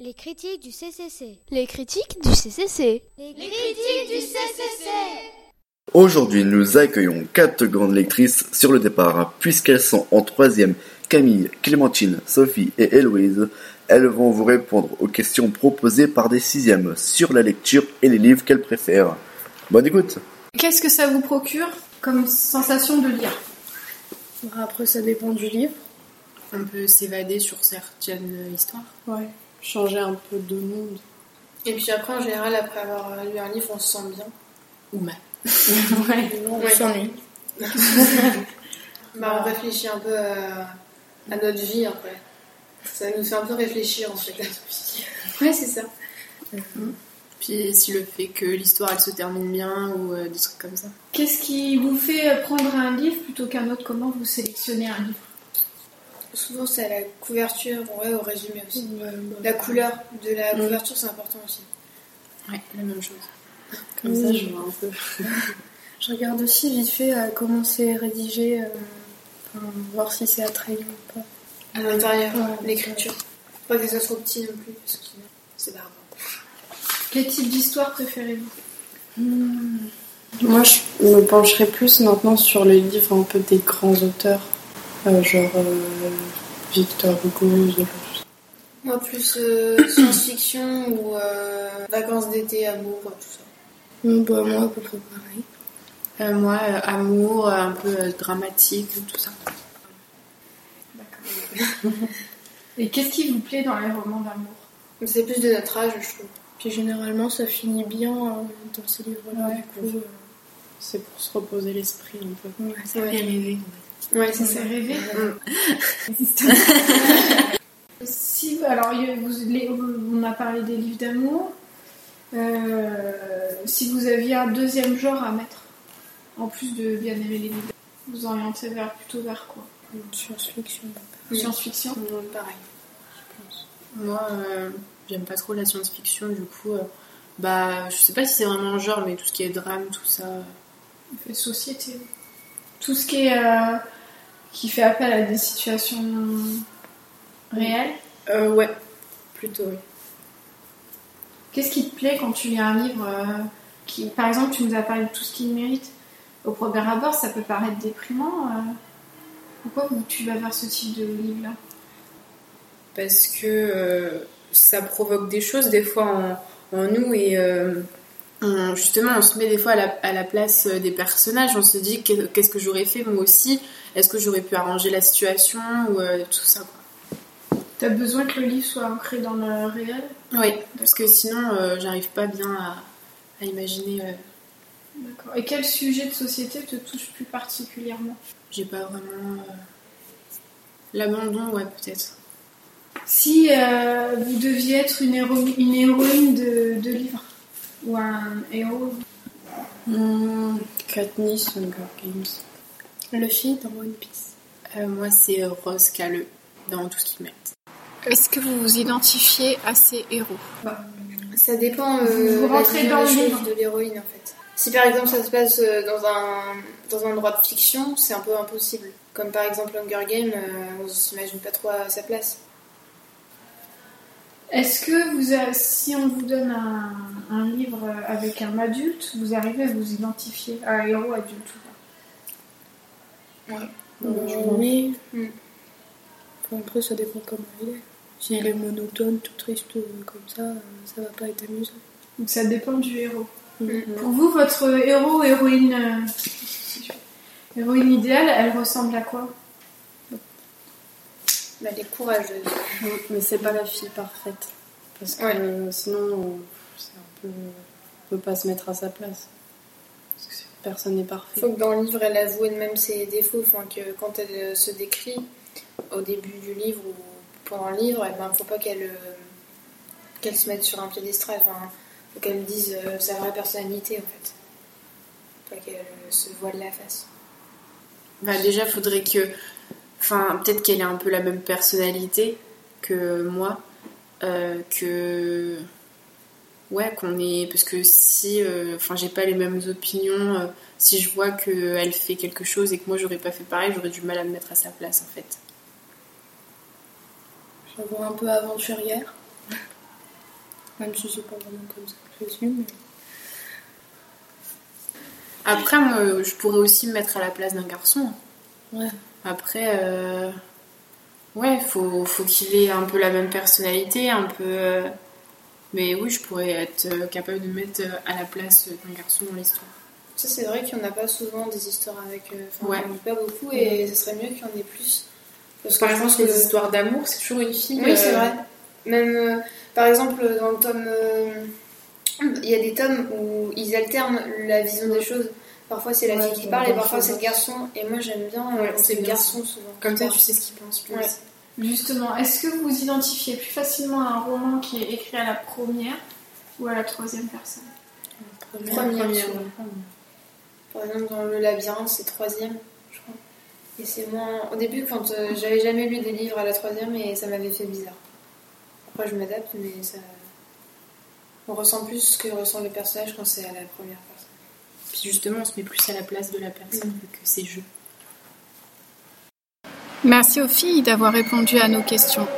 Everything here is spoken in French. Les critiques du CCC. Les critiques du CCC. Les critiques du CCC. Aujourd'hui, nous accueillons quatre grandes lectrices sur le départ, hein, puisqu'elles sont en troisième. Camille, Clémentine, Sophie et Héloïse. Elles vont vous répondre aux questions proposées par des sixièmes sur la lecture et les livres qu'elles préfèrent. Bonne écoute Qu'est-ce que ça vous procure comme sensation de lire Bah, Après, ça dépend du livre. On peut s'évader sur certaines histoires. Ouais. Changer un peu de monde. Et puis après, en général, après avoir lu un livre, on se sent bien. Ou mal. On Ouais. s'ennuie. Bah, on réfléchit un peu à, à notre vie après. Ça nous fait un peu réfléchir en fait. ouais, c'est ça. Puis si le fait que l'histoire elle se termine bien ou euh, des trucs comme ça. Qu'est-ce qui vous fait prendre un livre plutôt qu'un autre Comment vous sélectionnez un livre Souvent, c'est à la couverture, ouais, au résumé aussi. La couleur de Mm. la couverture, c'est important aussi. Ouais, la même chose. Comme ça, je vois un peu. je regarde aussi vite fait euh, comment c'est rédigé, euh, enfin, voir si c'est attrayant ou pas. À l'intérieur, ouais. l'écriture. Pas que ça soit petit non plus, parce que c'est barbant. Quel type d'histoire préférez-vous Moi, je me pencherais plus maintenant sur les livres un peu des grands auteurs, euh, genre euh, Victor Hugo. ce- Moi, plus euh, science-fiction ou euh, vacances d'été, amour, quoi, tout ça. Bon, bah, moi, à peu près pareil. Euh, moi, euh, amour, euh, un peu euh, dramatique, tout ça. Et qu'est-ce qui vous plaît dans les romans d'amour Mais C'est plus de notre âge, je trouve. Puis généralement, ça finit bien euh, dans ces livres-là. Ouais, du coup, euh, C'est pour se reposer l'esprit un peu. Ouais. Ouais, c'est Ça ça. fait rêver Mm. Si, alors, il y a- vous- les- on a parlé des livres d'amour. Euh, si vous aviez un deuxième genre à mettre, en plus de bien aimer les livres, d'amour, vous orientez vers, plutôt vers quoi une science-fiction. Oui. Science-fiction Ouais, Pareil. Moi, euh, j'aime pas trop la science-fiction, du coup, euh, bah, je sais pas si c'est vraiment un genre, mais tout ce qui est drame, tout ça. de société. Tout ce qui est euh, qui fait appel à des situations réelles. Euh, ouais, plutôt, oui. Qu'est-ce qui te plaît quand tu lis un livre euh, qui, par exemple, tu nous as parlé de tout ce qu'il mérite. Au premier abord, ça peut paraître déprimant. euh. pourquoi tu vas vers ce type de livre-là parce que euh, ça provoque des choses des fois en, en nous et euh, on- justement, on se met des fois à la, à la place euh, des personnages. On se dit que- qu'est-ce que j'aurais fait moi aussi Est-ce que j'aurais pu arranger la situation ou euh, tout ça quoi. T'as besoin que le livre soit ancré dans le réel. Oui, parce que sinon, euh, j'arrive pas bien à, à imaginer. euh, D'accord. Et quel sujet de société te touche plus particulièrement J'ai pas vraiment euh, l'abandon, ouais peut-être. Si euh, vous deviez être une, héro- une héroïne de, de livre ou un héros, Mmh, Katniss Hunger Games. Luffy dans One Piece. Euh, moi, c'est euh, Rose Calleux dans tout ce qu'ils mettent. Est-ce que vous vous identifiez à ces héros Ça dépend. euh, Vous rentrez la dans le chose livre. de l'héroïne en fait. Si par exemple ça se passe euh, dans un dans un droit de fiction, c'est un peu impossible. Comme par exemple Hunger Game, euh, on s'imagine pas trop à sa place. Est-ce que vous, a- si on vous donne un, un livre avec un adulte, vous arrivez à vous identifier à un héros adulte ou pas Mmh. Oui. Mm. Enfin, après, ça dépend comment il est. S'il est monotone, tout triste euh, comme ça, euh, ça va pas être amusant. Donc ça dépend du héros. Mhm. Pour vous, votre héros ou héroïne, euh, si je- héroïne idéale, elle ressemble à quoi Mais elle est courageuse. Mmh, Mais c'est pas la fille parfaite. Parce que Ouais. euh, sinon, on, c'est un peu, on peut pas se mettre à sa place. Parce que personne n'est parfait. Faut que dans le livre elle avoue elle-même ses défauts. Enfin que quand elle euh, se décrit au début du livre ou pendant le livre, eh ben faut pas qu'elle euh, qu'elle se mette sur un piédestal. Enfin faut qu'elle dise euh, sa vraie personnalité en fait. Pas qu'elle euh, se voile la face. Bah déjà, faudrait que, enfin peut-être qu'elle ait un peu la même personnalité que moi, euh, que ouais qu'on est, parce que si, euh, enfin j'ai pas les mêmes opinions. euh, si je vois qu'elle fait quelque chose et que moi j'aurais pas fait pareil, j'aurais du mal à me mettre à sa place en fait. J'avoue un peu aventurière. Même si c'est pas vraiment comme ça que je suis, mais... Après, moi, je pourrais aussi me mettre à la place d'un garçon. Ouais. Après, euh, ouais, faut, faut qu'il ait un peu la même personnalité, un peu. euh, Mais oui, je pourrais être euh, capable de me mettre euh, à la place d'un garçon dans l'histoire. Ça, c'est vrai qu'il n'y en a pas souvent des histoires avec. euh, Enfin, Ouais. on en lit pas beaucoup et ce serait mieux qu'il y en ait plus. Parce Par je exemple, pense les histoires d'amour, c'est toujours une fille. Oui, euh, c'est vrai. Même, euh, par exemple, dans le tome. euh, Il y a des tomes où ils alternent la vision des choses. Parfois, c'est la Ouais, fille qui c'est parle une et bonne parfois, chose. c'est le garçon. Et moi, j'aime bien euh, Ouais, c'est le bien. garçon souvent. Comme ça, tu sais ce qu'il pense plus. Ouais. Justement, est-ce que vous vous identifiez plus facilement à un roman qui est écrit à la première ou à la troisième personne Première, souvent. Par exemple, dans Le Labyrinthe, c'est troisième, je crois. Et c'est moins. Au début, quand euh, j'avais jamais lu des livres à la troisième, et ça m'avait fait bizarre. Après, je m'adapte, mais ça. On ressent plus ce que ressent le personnage quand c'est à la première personne. Puis justement, on se met plus à la place de la personne Mm. vu que c'est jeu. Merci aux filles d'avoir répondu à nos questions.